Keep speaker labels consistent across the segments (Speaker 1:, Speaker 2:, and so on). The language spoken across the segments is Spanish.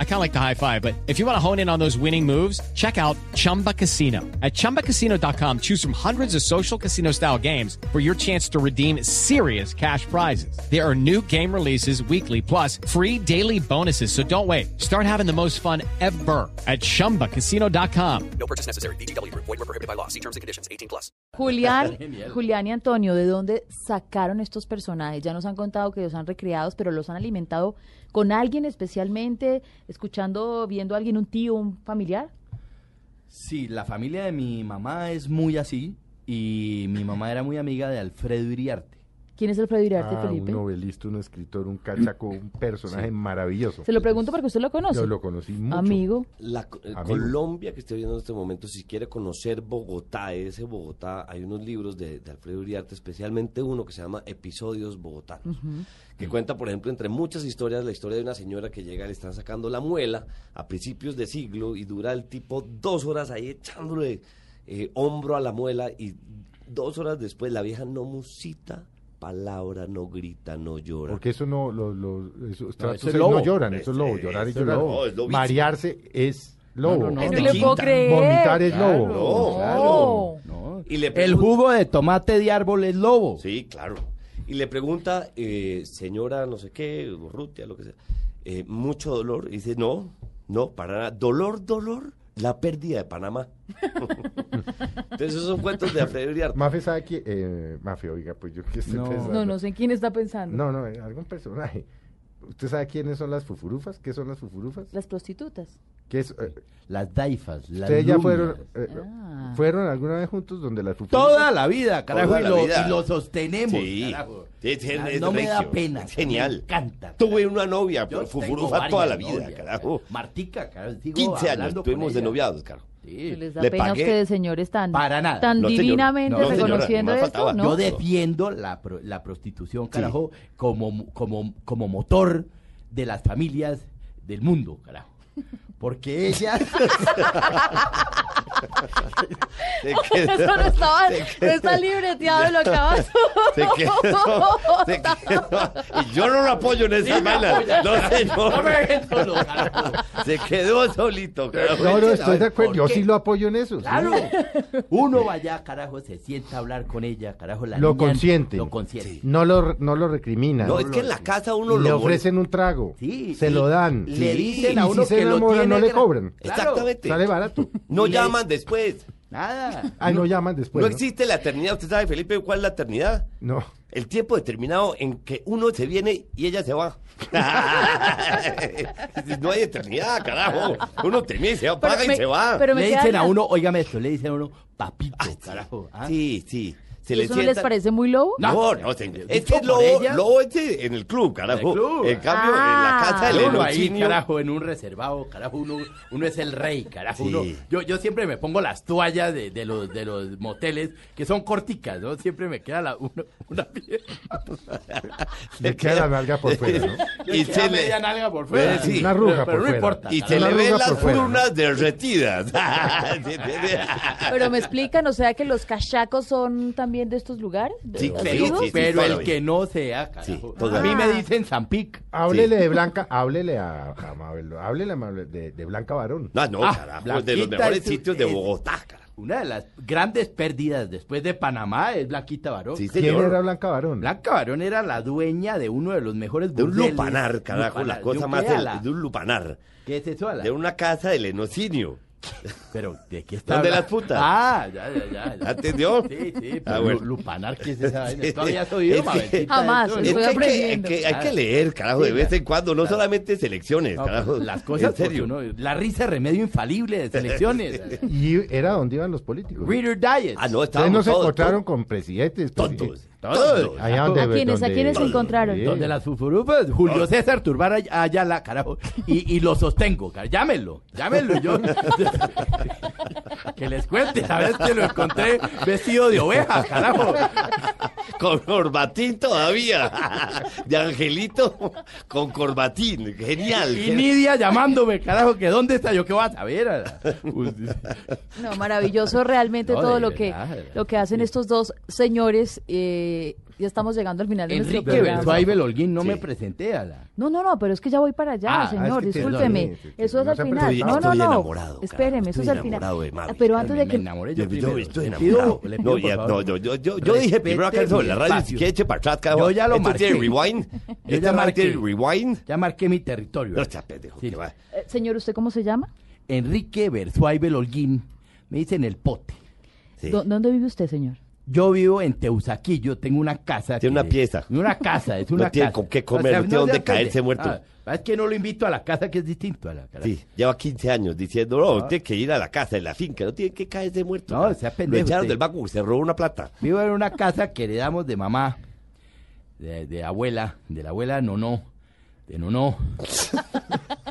Speaker 1: I kind of like the high five, but if you want to hone in on those winning moves, check out Chumba Casino. At chumbacasino.com, choose from hundreds of social casino style games for your chance to redeem serious cash prizes. There are new game releases weekly, plus free daily bonuses. So don't wait. Start having the most fun ever at chumbacasino.com.
Speaker 2: No purchase necessary. BGW. Void were prohibited by law. See terms and conditions. 18 plus.
Speaker 3: Julián, Julián y Antonio, ¿de dónde sacaron estos personajes? Ya nos han contado que los han recreado, pero los han alimentado con alguien especialmente, escuchando, viendo a alguien, un tío, un familiar.
Speaker 4: Sí, la familia de mi mamá es muy así y mi mamá era muy amiga de Alfredo Iriarte.
Speaker 3: ¿Quién es Alfredo Iriarte,
Speaker 5: Ah,
Speaker 3: Este Felipe?
Speaker 5: un novelista, un escritor, un cachaco, un personaje maravilloso.
Speaker 3: Se lo pregunto porque usted lo conoce.
Speaker 5: Yo lo conocí mucho.
Speaker 3: Amigo,
Speaker 6: La co- eh,
Speaker 5: Amigo.
Speaker 6: Colombia que esté viendo en este momento, si quiere conocer Bogotá, ese Bogotá, hay unos libros de, de Alfredo Uriarte, especialmente uno que se llama Episodios Bogotanos, que cuenta, por ejemplo, entre muchas historias, la historia de una señora que llega, le están sacando la muela a principios de siglo y dura el tipo dos horas ahí echándole eh, hombro a la muela y dos horas después la vieja no musita palabra, no grita, no llora.
Speaker 5: Porque eso no, los, los, esos tratos
Speaker 4: eso es
Speaker 5: ahí
Speaker 4: lobo.
Speaker 5: no lloran, eso es lobo, llorar es
Speaker 6: eso es
Speaker 5: llorar.
Speaker 6: lobo, es lobísimo.
Speaker 5: Marearse es lobo.
Speaker 4: No, no, no.
Speaker 3: Ay, no
Speaker 4: te
Speaker 3: le puedo
Speaker 6: quitan.
Speaker 3: creer.
Speaker 5: Vomitar es lobo.
Speaker 6: Claro.
Speaker 4: claro,
Speaker 3: No.
Speaker 4: no.
Speaker 6: Y le
Speaker 4: El
Speaker 6: pregunto-
Speaker 4: jugo de tomate de árbol es lobo.
Speaker 6: Sí, claro. Y le pregunta, eh, señora no sé qué, Urrutia, lo que sea, eh, ¿mucho dolor? Y dice, no, no, para nada. ¿Dolor, dolor? La pérdida de Panamá. Entonces, esos son cuentos de Alfredo Iriarte.
Speaker 5: Mafe sabe que, eh, Mafe, oiga, pues yo qué estoy
Speaker 4: No.
Speaker 5: pensando.
Speaker 3: no, no sé en quién está pensando.
Speaker 5: No, no, eh, algún personaje. ¿Usted sabe quiénes son las fufurufas? ¿Qué son las fufurufas?
Speaker 3: Las prostitutas.
Speaker 5: ¿Qué es, eh,
Speaker 4: Las daifas, las
Speaker 5: ¿Ustedes ya
Speaker 4: lumias.
Speaker 5: fueron, eh,
Speaker 3: Ah.
Speaker 5: fueron alguna vez juntos donde las fufurufas?
Speaker 4: Toda la vida, carajo,
Speaker 6: Toda
Speaker 4: y,
Speaker 6: la
Speaker 4: lo,
Speaker 6: vida.
Speaker 4: y lo sostenemos.
Speaker 6: Sí.
Speaker 4: carajo.
Speaker 6: Es- es-
Speaker 4: Ah,
Speaker 6: es
Speaker 4: no me da
Speaker 6: regio,
Speaker 4: pena.
Speaker 6: es genial.
Speaker 4: Me encanta.
Speaker 6: Tuve una novia,
Speaker 4: Yo
Speaker 6: pues,
Speaker 4: tengo
Speaker 6: fufurufa
Speaker 4: varias
Speaker 6: toda la vida,
Speaker 4: novias,
Speaker 6: carajo.
Speaker 4: Martica, carajo. sigo
Speaker 6: 15 años
Speaker 4: hablando con
Speaker 6: estuvimos de
Speaker 4: ella.
Speaker 6: noviados, carajo.
Speaker 4: Sí.
Speaker 3: Que les da
Speaker 6: Le
Speaker 3: pena a
Speaker 6: pagué.
Speaker 3: ustedes, señores, tan,
Speaker 4: Para nada.
Speaker 3: tan
Speaker 6: No, señor.
Speaker 3: divinamente
Speaker 4: No, señora,
Speaker 3: reconociendo
Speaker 6: ni más
Speaker 3: esto,
Speaker 6: faltaba.
Speaker 3: ¿no?
Speaker 4: Yo defiendo la, pro- la prostitución, carajo, como, como, como motor de las familias del mundo, carajo. Porque ellas...
Speaker 6: Se
Speaker 3: Eso
Speaker 6: quedó-
Speaker 3: no estaba,
Speaker 6: se
Speaker 3: no está libreteado, lo acabas.
Speaker 6: se quedó- se quedó- Y yo no lo apoyo en esa vaina. No,
Speaker 4: No me
Speaker 6: señor.
Speaker 4: dejen solo, carajo.
Speaker 6: Se quedó solito, carajo.
Speaker 5: No, no, estoy de acuerdo.
Speaker 4: ¿Por
Speaker 5: Yo
Speaker 4: qué?
Speaker 5: sí lo apoyo en eso. sí.
Speaker 4: Claro. Uno va allá, carajo, se sienta a hablar con ella, carajo. La
Speaker 5: Lo
Speaker 4: niña
Speaker 5: consienten.
Speaker 4: Lo consiente.
Speaker 5: No lo, no lo recriminan.
Speaker 6: No, es que en la casa uno
Speaker 5: Le
Speaker 6: lo
Speaker 5: ofrecen un trago.
Speaker 4: Sí,
Speaker 5: se
Speaker 4: y
Speaker 5: lo dan.
Speaker 4: le
Speaker 5: Sí.
Speaker 4: dicen
Speaker 5: y
Speaker 4: a uno
Speaker 5: si se
Speaker 4: que lo
Speaker 5: enamoran,
Speaker 4: tiene
Speaker 5: no le
Speaker 4: gra-
Speaker 5: cobran.
Speaker 4: Claro.
Speaker 6: Exactamente.
Speaker 5: Sale barato.
Speaker 6: No
Speaker 4: Y le-
Speaker 6: llaman después.
Speaker 4: Nada.
Speaker 5: Ah, no llaman después.
Speaker 6: no
Speaker 5: ¿no?
Speaker 6: existe la eternidad. ¿Usted sabe, Felipe, cuál es la eternidad?
Speaker 5: No.
Speaker 6: El tiempo determinado en que uno se viene y ella se va. no hay eternidad, carajo. Uno termina y se apaga
Speaker 3: Pero
Speaker 6: y
Speaker 3: me-
Speaker 6: se va.
Speaker 3: pero me
Speaker 4: le
Speaker 3: queda
Speaker 4: dicen a
Speaker 3: la-
Speaker 4: uno, óigame esto, le dicen a uno, papito,
Speaker 6: Ah, sí.
Speaker 4: carajo. ¿ah?
Speaker 6: Sí, sí. Se le
Speaker 3: ¿Eso no les
Speaker 6: sienta-
Speaker 3: parece muy lobo?
Speaker 6: No,
Speaker 4: No.
Speaker 6: no, señor.
Speaker 4: Dicho
Speaker 6: Es que
Speaker 4: por
Speaker 6: lo,
Speaker 4: ella.
Speaker 6: lo oye en el club, carajo.
Speaker 4: El club.
Speaker 6: En cambio, en la casa
Speaker 3: Ah.
Speaker 6: del
Speaker 4: Uno ahí,
Speaker 6: Enocinio-
Speaker 4: carajo, en un reservado, carajo, uno, uno es el rey, carajo.
Speaker 6: Sí.
Speaker 4: uno- yo, yo siempre me pongo las toallas de, de los, de los moteles, que son corticas, ¿no? Siempre me queda la, una, una pie-
Speaker 5: Le queda la nalga por fuera, ¿no?
Speaker 6: Y
Speaker 4: me queda
Speaker 6: se le-
Speaker 4: media nalga por fuera.
Speaker 6: Eh, sí.
Speaker 5: Una
Speaker 4: pero,
Speaker 5: arruga
Speaker 4: pero
Speaker 5: por
Speaker 4: no
Speaker 5: fuera.
Speaker 4: importa.
Speaker 6: Y
Speaker 4: carajo.
Speaker 6: se
Speaker 5: Una
Speaker 6: le ven
Speaker 5: arruga
Speaker 6: las
Speaker 5: por fuera.
Speaker 6: lunas derretidas.
Speaker 3: Pero me explican, o sea que los cachacos son también de estos lugares. ¿De-
Speaker 6: Sí,
Speaker 3: los
Speaker 6: sí,
Speaker 4: Pero,
Speaker 3: hijos?
Speaker 6: sí,
Speaker 4: pero el
Speaker 6: todavía.
Speaker 4: que no sea, carajo.
Speaker 6: Sí, todavía. Ah.
Speaker 4: A mí me dicen Zampic.
Speaker 5: Háblele de Blanca, háblele a, a Mabel, háblele a Mabel de, de Blanca Varón.
Speaker 6: No, no,
Speaker 4: Ah,
Speaker 6: carajo, es de los
Speaker 4: Blanquita
Speaker 6: mejores
Speaker 4: es un-
Speaker 6: sitios de
Speaker 4: es-
Speaker 6: Bogotá, carajo.
Speaker 4: Una de las grandes pérdidas después de Panamá es Blanquita Barón.
Speaker 6: Sí,
Speaker 5: ¿Quién
Speaker 6: señor.
Speaker 5: era Blanca Varón?
Speaker 4: Blanca Barón era la dueña de uno de los mejores
Speaker 6: De un
Speaker 4: burdeles.
Speaker 6: lupanar, carajo,
Speaker 4: Lupanar.
Speaker 6: la
Speaker 4: Yo
Speaker 6: cosa más...
Speaker 4: quedé a
Speaker 6: del-
Speaker 4: la-
Speaker 6: De un lupanar.
Speaker 4: ¿Qué es eso? a la-
Speaker 6: De una casa del enocinio.
Speaker 4: Pero, ¿de qué está
Speaker 6: ¿Dónde
Speaker 4: hablando?
Speaker 6: las putas?
Speaker 4: Ah, ya, ya, ya. ya.
Speaker 6: ¿Entendió?
Speaker 4: Sí, sí, pero
Speaker 6: Ah, bueno.
Speaker 4: Lu- lupanar, ¿qué es esa vaina?
Speaker 6: Sí.
Speaker 4: ¿Todavía has oído,
Speaker 6: Es que-
Speaker 4: Mabelcita,
Speaker 3: Jamás,
Speaker 4: eso?
Speaker 6: Es que hay, que, hay
Speaker 3: aprendiendo.
Speaker 6: que- hay que
Speaker 4: Claro.
Speaker 6: leer, carajo, de
Speaker 4: Sí,
Speaker 6: vez
Speaker 4: claro.
Speaker 6: en cuando, no solamente selecciones,
Speaker 4: No, pues,
Speaker 6: carajo.
Speaker 4: las cosas,
Speaker 6: En serio.
Speaker 4: porque uno- la risa es remedio infalible de selecciones.
Speaker 5: Y era donde iban los políticos.
Speaker 4: Reader Diet.
Speaker 6: Ah, no,
Speaker 5: Ustedes
Speaker 6: estábamos
Speaker 5: no se
Speaker 6: todos
Speaker 5: encontraron con presidentes.
Speaker 6: tontos.
Speaker 5: presidentes.
Speaker 6: Todos.
Speaker 5: Allá donde,
Speaker 3: ¿A quiénes- a
Speaker 5: donde-
Speaker 3: quiénes se encontraron?
Speaker 5: Sí.
Speaker 4: Donde las fufurupas, Julio César Turbar Ay- Ayala, carajo. Y, y lo sostengo, car- llámenlo, llámenlo yo. que les cuente, sabes que lo encontré vestido de oveja, carajo.
Speaker 6: Con corbatín todavía. De angelito con corbatín. Genial.
Speaker 4: Y Nidia llamándome, carajo, que dónde está yo, qué voy a saber. A-
Speaker 3: No, maravilloso realmente
Speaker 4: No,
Speaker 3: todo
Speaker 4: de
Speaker 3: lo
Speaker 4: verdad, de
Speaker 3: que
Speaker 4: verdad.
Speaker 3: lo que hacen estos dos señores. eh, ya estamos llegando al final de nuestro
Speaker 4: Enrique
Speaker 3: programa.
Speaker 4: Versuay Belolguín, no
Speaker 6: Sí.
Speaker 4: me presenté a la.
Speaker 3: No, no, no, pero es que ya voy para allá,
Speaker 4: Ah, es
Speaker 3: señor,
Speaker 5: que te-
Speaker 3: discúlpeme.
Speaker 5: perdón, sí, sí, sí,
Speaker 3: Eso es
Speaker 5: no
Speaker 3: al
Speaker 5: se ha
Speaker 3: final.
Speaker 5: perdido.
Speaker 3: no, no,
Speaker 6: Estoy
Speaker 3: no.
Speaker 6: enamorado, cara,
Speaker 3: Espéreme, eso
Speaker 6: estoy
Speaker 3: es al final.
Speaker 6: enamorado de Mavi.
Speaker 3: Ah, pero antes
Speaker 4: Me,
Speaker 3: de
Speaker 4: me
Speaker 3: que
Speaker 4: enamoré yo
Speaker 6: Yo, yo
Speaker 4: primero.
Speaker 6: estoy
Speaker 4: Le pido-
Speaker 6: enamorado.
Speaker 4: le
Speaker 6: No,
Speaker 4: pido,
Speaker 6: ya,
Speaker 4: por
Speaker 6: no,
Speaker 4: favor.
Speaker 6: yo, yo, yo, yo dije primero acá
Speaker 4: Respete
Speaker 6: sobre la
Speaker 4: mi
Speaker 6: radio, si
Speaker 4: espacio.
Speaker 6: quiere eche para atrás, cada
Speaker 4: Yo ya lo
Speaker 6: ¿Esto tiene
Speaker 4: marqué.
Speaker 6: rewind?
Speaker 4: Yo
Speaker 6: ¿Esta
Speaker 4: ya
Speaker 6: radio tiene
Speaker 4: marqué.
Speaker 6: rewind?
Speaker 4: Ya marqué mi territorio.
Speaker 6: No, está pendejo,
Speaker 4: Sí.
Speaker 6: que va.
Speaker 3: Eh, señor, ¿usted cómo se llama?
Speaker 4: Enrique Versuay Belolguín, me dicen el pote.
Speaker 6: Sí.
Speaker 3: ¿Dó- ¿Dónde vive usted, señor?
Speaker 4: Yo vivo en Teusaquillo, tengo una casa.
Speaker 6: Tiene
Speaker 4: que-
Speaker 6: una pieza.
Speaker 4: Una casa, es una
Speaker 6: tiene
Speaker 4: casa.
Speaker 6: con qué comer, no tiene
Speaker 4: se
Speaker 6: dónde
Speaker 4: ofende.
Speaker 6: caerse muerto.
Speaker 4: Ah, es que no lo invito a la casa, que es distinto a la casa.
Speaker 6: Sí, lleva 15 años diciendo, no, tiene que ir a la casa, de la finca, no tiene que caer de muerto.
Speaker 4: Ah. No,
Speaker 6: cara.
Speaker 4: sea pendejo
Speaker 6: Lo echaron
Speaker 4: usted.
Speaker 6: del banco porque se robó una plata.
Speaker 4: Vivo en una casa que heredamos de mamá, de, de abuela, de la abuela Nono, de Nono.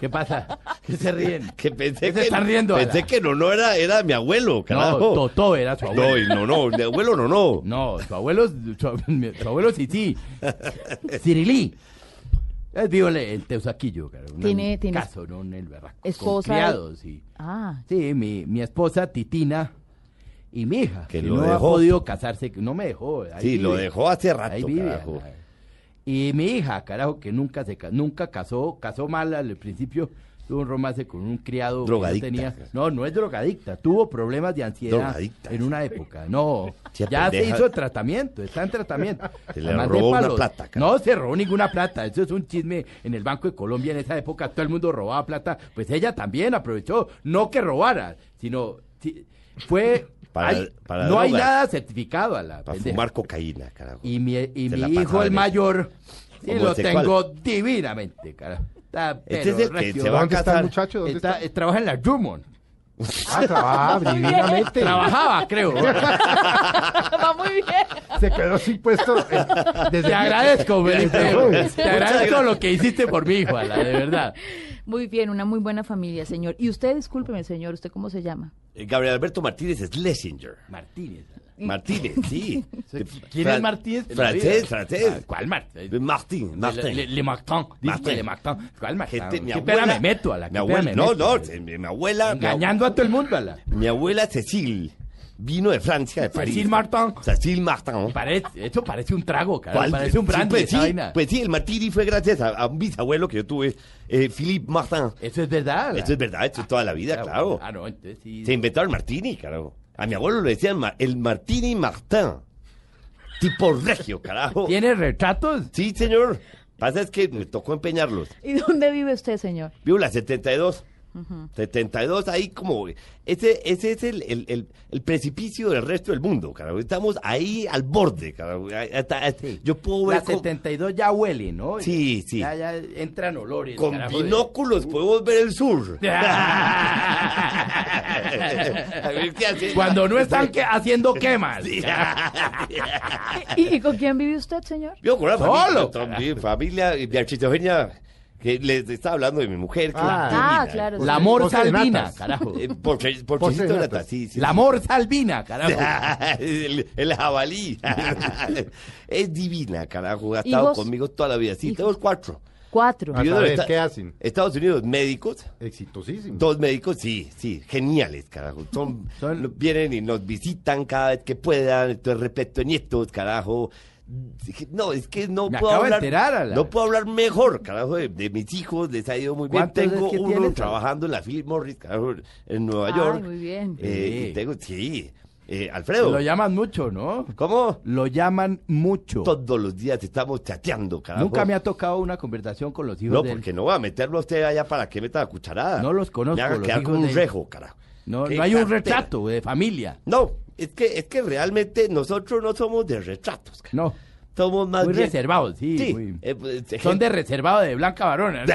Speaker 4: ¿Qué pasa? ¿Qué se ríen?
Speaker 6: Que pensé
Speaker 4: ¿Qué se
Speaker 6: que,
Speaker 4: están riendo? Ala?
Speaker 6: pensé que no, no era, era mi abuelo,
Speaker 4: No,
Speaker 6: carajo.
Speaker 4: Totó era su abuelo.
Speaker 6: No, y no, no, mi abuelo no, no.
Speaker 4: No, su abuelo, su, ab- su abuelo Titi. Cirilí. Es vivo en- en Teusaquillo, claro. en
Speaker 3: Tiene-
Speaker 4: un
Speaker 3: tiene
Speaker 4: caso, ¿no? En el barraco. con
Speaker 3: esposa y-
Speaker 4: criados y-
Speaker 3: Ah,
Speaker 4: sí, mi, mi esposa Titina y mi hija.
Speaker 6: Que
Speaker 4: Que,
Speaker 6: lo
Speaker 4: no ha
Speaker 6: dejó.
Speaker 4: podido casarse, que no me dejó. ahí
Speaker 6: Sí, lo
Speaker 4: vive.
Speaker 6: dejó hace rato,
Speaker 4: Ahí vive,
Speaker 6: carajo.
Speaker 4: ala. Y mi hija, carajo, que nunca se ca- nunca casó, casó mal al principio. Tuvo un romance con un criado que no
Speaker 6: Drogadicta.
Speaker 4: tenía- No, no es drogadicta. Tuvo problemas de ansiedad
Speaker 6: Drogadicta.
Speaker 4: en una época. No,
Speaker 6: Sí,
Speaker 4: ya se
Speaker 6: pendeja.
Speaker 4: hizo tratamiento, está en tratamiento.
Speaker 6: Se le
Speaker 4: Además de
Speaker 6: robó una
Speaker 4: palos.
Speaker 6: plata, cara.
Speaker 4: No se robó ninguna plata. Eso es un chisme en el Banco de Colombia en esa época. Todo el mundo robaba plata. Pues ella también aprovechó. No que robara, sino si- fue.
Speaker 6: Para-
Speaker 4: hay-
Speaker 6: para
Speaker 4: no hay
Speaker 6: drogas.
Speaker 4: nada certificado a la
Speaker 6: Para
Speaker 4: pendeja.
Speaker 6: fumar cocaína, carajo.
Speaker 4: Y mi, y
Speaker 6: Se
Speaker 4: mi
Speaker 6: la
Speaker 4: hijo,
Speaker 6: pasaba
Speaker 4: el
Speaker 6: en-
Speaker 4: mayor, sí, lo
Speaker 6: Homosexual.
Speaker 4: tengo divinamente, cara. Está,
Speaker 6: Este
Speaker 4: pero
Speaker 6: es el que
Speaker 4: recio.
Speaker 6: se va a
Speaker 5: ¿Dónde está
Speaker 6: casar.
Speaker 5: el muchacho? ¿Dónde
Speaker 4: Está-
Speaker 5: está?
Speaker 4: eh, trabaja en la Drummond.
Speaker 5: Ah, trabaja divinamente.
Speaker 4: Trabajaba, creo.
Speaker 3: va muy bien.
Speaker 5: Se quedó sin puesto. eh, desde
Speaker 4: Te agradezco, Felipe. Te
Speaker 6: Muchas
Speaker 4: agradezco
Speaker 6: gracias.
Speaker 4: lo que hiciste por mi hijo, Ala, de verdad.
Speaker 3: Muy bien, una muy buena familia, señor. Y usted, discúlpeme, señor, ¿usted cómo se llama?
Speaker 6: Eh, Gabriel Alberto Martínez Schlesinger.
Speaker 4: Martínez. Ala.
Speaker 6: Martínez, sí. De-
Speaker 4: ¿Quién
Speaker 6: Fran-
Speaker 4: es Martínez? en la
Speaker 6: Francés,
Speaker 4: vida?
Speaker 6: francés.
Speaker 4: Ah, ¿Cuál Martínez?
Speaker 6: Martín,
Speaker 4: Le,
Speaker 6: Martín.
Speaker 4: le, le Martin. Dice
Speaker 6: Martín.
Speaker 4: que le Martin. ¿Cuál Martín?
Speaker 6: Gente, este, mi
Speaker 4: ¿Qué pena
Speaker 6: abuela-
Speaker 4: me meto a la
Speaker 6: Mi abuela, no, no, eh, mi, mi abuela. mi abu-
Speaker 4: Engañando a todo el mundo, Ala.
Speaker 6: Mi abuela Cecil vino de Francia, de París.
Speaker 4: Cecil Martin.
Speaker 6: Cecil Martin.
Speaker 4: Parece, esto parece un trago, cara.
Speaker 6: ¿Cuál?
Speaker 4: Parece un
Speaker 6: Sí,
Speaker 4: brandy.
Speaker 6: pues,
Speaker 4: esa
Speaker 6: sí,
Speaker 4: vaina.
Speaker 6: pues sí, el Martini fue gracias a, a un bisabuelo que yo tuve, eh, Philippe Martin.
Speaker 4: Eso es verdad. Ala.
Speaker 6: Esto es verdad, esto es toda la vida, claro.
Speaker 4: Ah, no, entonces sí.
Speaker 6: Se inventó el Martini, carajo. A mi abuelo le decían ma- el Martini Martin. Tipo regio, carajo.
Speaker 4: ¿Tiene retratos?
Speaker 6: Sí, señor. Pasa es que me tocó empeñarlos.
Speaker 3: ¿Y dónde vive usted, señor?
Speaker 6: Vivo la 72. 72, ahí como. Ese, ese es el, el- el- el precipicio del resto del mundo, carajo. Estamos ahí al borde, carajo. Ahí- hasta- hasta- Yo puedo ver.
Speaker 4: La
Speaker 6: con-
Speaker 4: 72 ya huele, ¿no?
Speaker 6: Sí, sí.
Speaker 4: Ya, ya entran olores.
Speaker 6: Con
Speaker 4: carajo, de-
Speaker 6: binóculos podemos ver el sur. A ver qué hace.
Speaker 4: Cuando no están que- haciendo quemas.
Speaker 3: ¿Y, y con quién vive usted, señor?
Speaker 6: Yo con la
Speaker 4: Solo.
Speaker 6: familia, también, familia de architectónica, que les estaba hablando de mi mujer. que
Speaker 5: Ah.
Speaker 6: es divina.
Speaker 3: Ah, claro.
Speaker 4: La amor
Speaker 5: Cosa de
Speaker 4: salvina,
Speaker 5: natas.
Speaker 4: carajo.
Speaker 6: Eh, Porque, porque,
Speaker 5: Por
Speaker 6: hiciste una
Speaker 5: senatas.
Speaker 6: ta- sí, sí,
Speaker 4: pues. La
Speaker 6: sí.
Speaker 4: amor salvina, carajo.
Speaker 6: el, el jabalí. es divina, carajo. Ha estado
Speaker 3: ¿Hijos?
Speaker 6: conmigo toda la vida. Sí,
Speaker 3: ¿Hijos?
Speaker 6: tenemos cuatro.
Speaker 3: Cuatro.
Speaker 5: Ah,
Speaker 6: Yo de
Speaker 5: ¿sabes
Speaker 6: Esta-
Speaker 5: qué hacen?
Speaker 6: Estados Unidos, médicos.
Speaker 5: Exitosísimo.
Speaker 6: Dos médicos, sí, sí, geniales, carajo. Son,
Speaker 4: Son-
Speaker 6: lo- vienen y nos visitan cada vez que puedan. Entonces, respeto nietos, carajo. No, es que no
Speaker 4: Me
Speaker 6: puedo
Speaker 4: acabo de
Speaker 6: hablar.
Speaker 4: enterar, Alan.
Speaker 6: No puedo hablar mejor, carajo, de, de mis hijos, les ha ido muy bien.
Speaker 4: ¿Cuántos es
Speaker 6: Tengo
Speaker 4: que
Speaker 6: uno
Speaker 4: tienes, Alan?
Speaker 6: trabajando en la Philip Morris, carajo, en Nueva
Speaker 3: Ay,
Speaker 6: York.
Speaker 3: muy bien.
Speaker 6: Eh,
Speaker 4: Sí.
Speaker 6: y tengo, sí. Eh, Alfredo.
Speaker 4: Lo llaman mucho, ¿no?
Speaker 6: ¿Cómo?
Speaker 4: Lo llaman mucho.
Speaker 6: Todos los días estamos chateando, carajo.
Speaker 4: Nunca me ha tocado una conversación con los hijos
Speaker 6: No,
Speaker 4: de él.
Speaker 6: porque no va a meterlo a usted allá para que meta la cucharada.
Speaker 4: No los conozco,
Speaker 6: Me haga
Speaker 4: los
Speaker 6: quedar como
Speaker 4: hijos
Speaker 6: un
Speaker 4: de-
Speaker 6: rejo, carajo.
Speaker 4: No,
Speaker 6: Qué
Speaker 4: no hay un
Speaker 6: cartera.
Speaker 4: retrato de familia.
Speaker 6: No, es que, es que realmente nosotros no somos de retratos, carajo.
Speaker 4: No.
Speaker 6: Somos más
Speaker 4: Muy
Speaker 6: bien-
Speaker 4: reservados, sí. muy-
Speaker 6: eh, pues,
Speaker 4: Son de
Speaker 6: gente-
Speaker 4: reservado de Blanca Varona.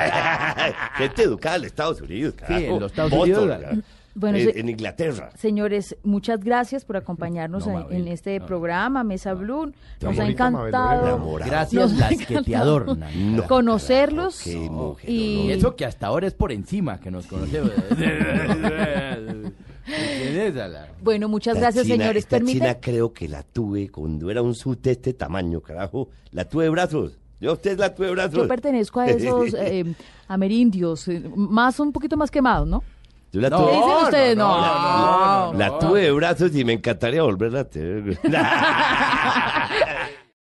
Speaker 6: gente educada en Estados Unidos, carajo.
Speaker 4: en los Estados
Speaker 6: Boston,
Speaker 4: Unidos.
Speaker 6: carajo.
Speaker 3: Bueno,
Speaker 6: en,
Speaker 3: se-
Speaker 6: en Inglaterra.
Speaker 3: Señores, muchas gracias por acompañarnos
Speaker 4: No,
Speaker 3: en-
Speaker 4: Mabel,
Speaker 3: en este
Speaker 4: no.
Speaker 3: programa, Mesa Blue. Nos ha
Speaker 5: Amorita, Mabel,
Speaker 3: encantado.
Speaker 5: ¿no?
Speaker 6: Enamorado.
Speaker 4: Gracias
Speaker 3: Nos
Speaker 4: las
Speaker 3: ha
Speaker 4: que te
Speaker 3: encantado.
Speaker 4: adornan.
Speaker 6: No,
Speaker 3: Conocerlos
Speaker 6: carajo, qué
Speaker 3: No.
Speaker 6: mujer,
Speaker 3: y-
Speaker 6: no, no.
Speaker 4: Y eso que hasta ahora es por encima que nos conocemos. es esa la-
Speaker 3: Bueno, muchas
Speaker 6: La
Speaker 3: gracias,
Speaker 6: china-
Speaker 3: señores.
Speaker 6: esta
Speaker 3: Permite-
Speaker 6: china creo que la tuve cuando era un sute de este tamaño, carajo. La tuve de brazos. Yo a usted la tuve de brazos.
Speaker 3: Yo pertenezco a esos eh, amerindios, eh, más un poquito más quemados, ¿no?
Speaker 6: Yo la
Speaker 3: ¿Qué
Speaker 6: tuve.
Speaker 3: dicen ustedes? No.
Speaker 4: no, no, no, no,
Speaker 6: La
Speaker 4: no.
Speaker 6: tuve de brazos y me encantaría volverla a tener.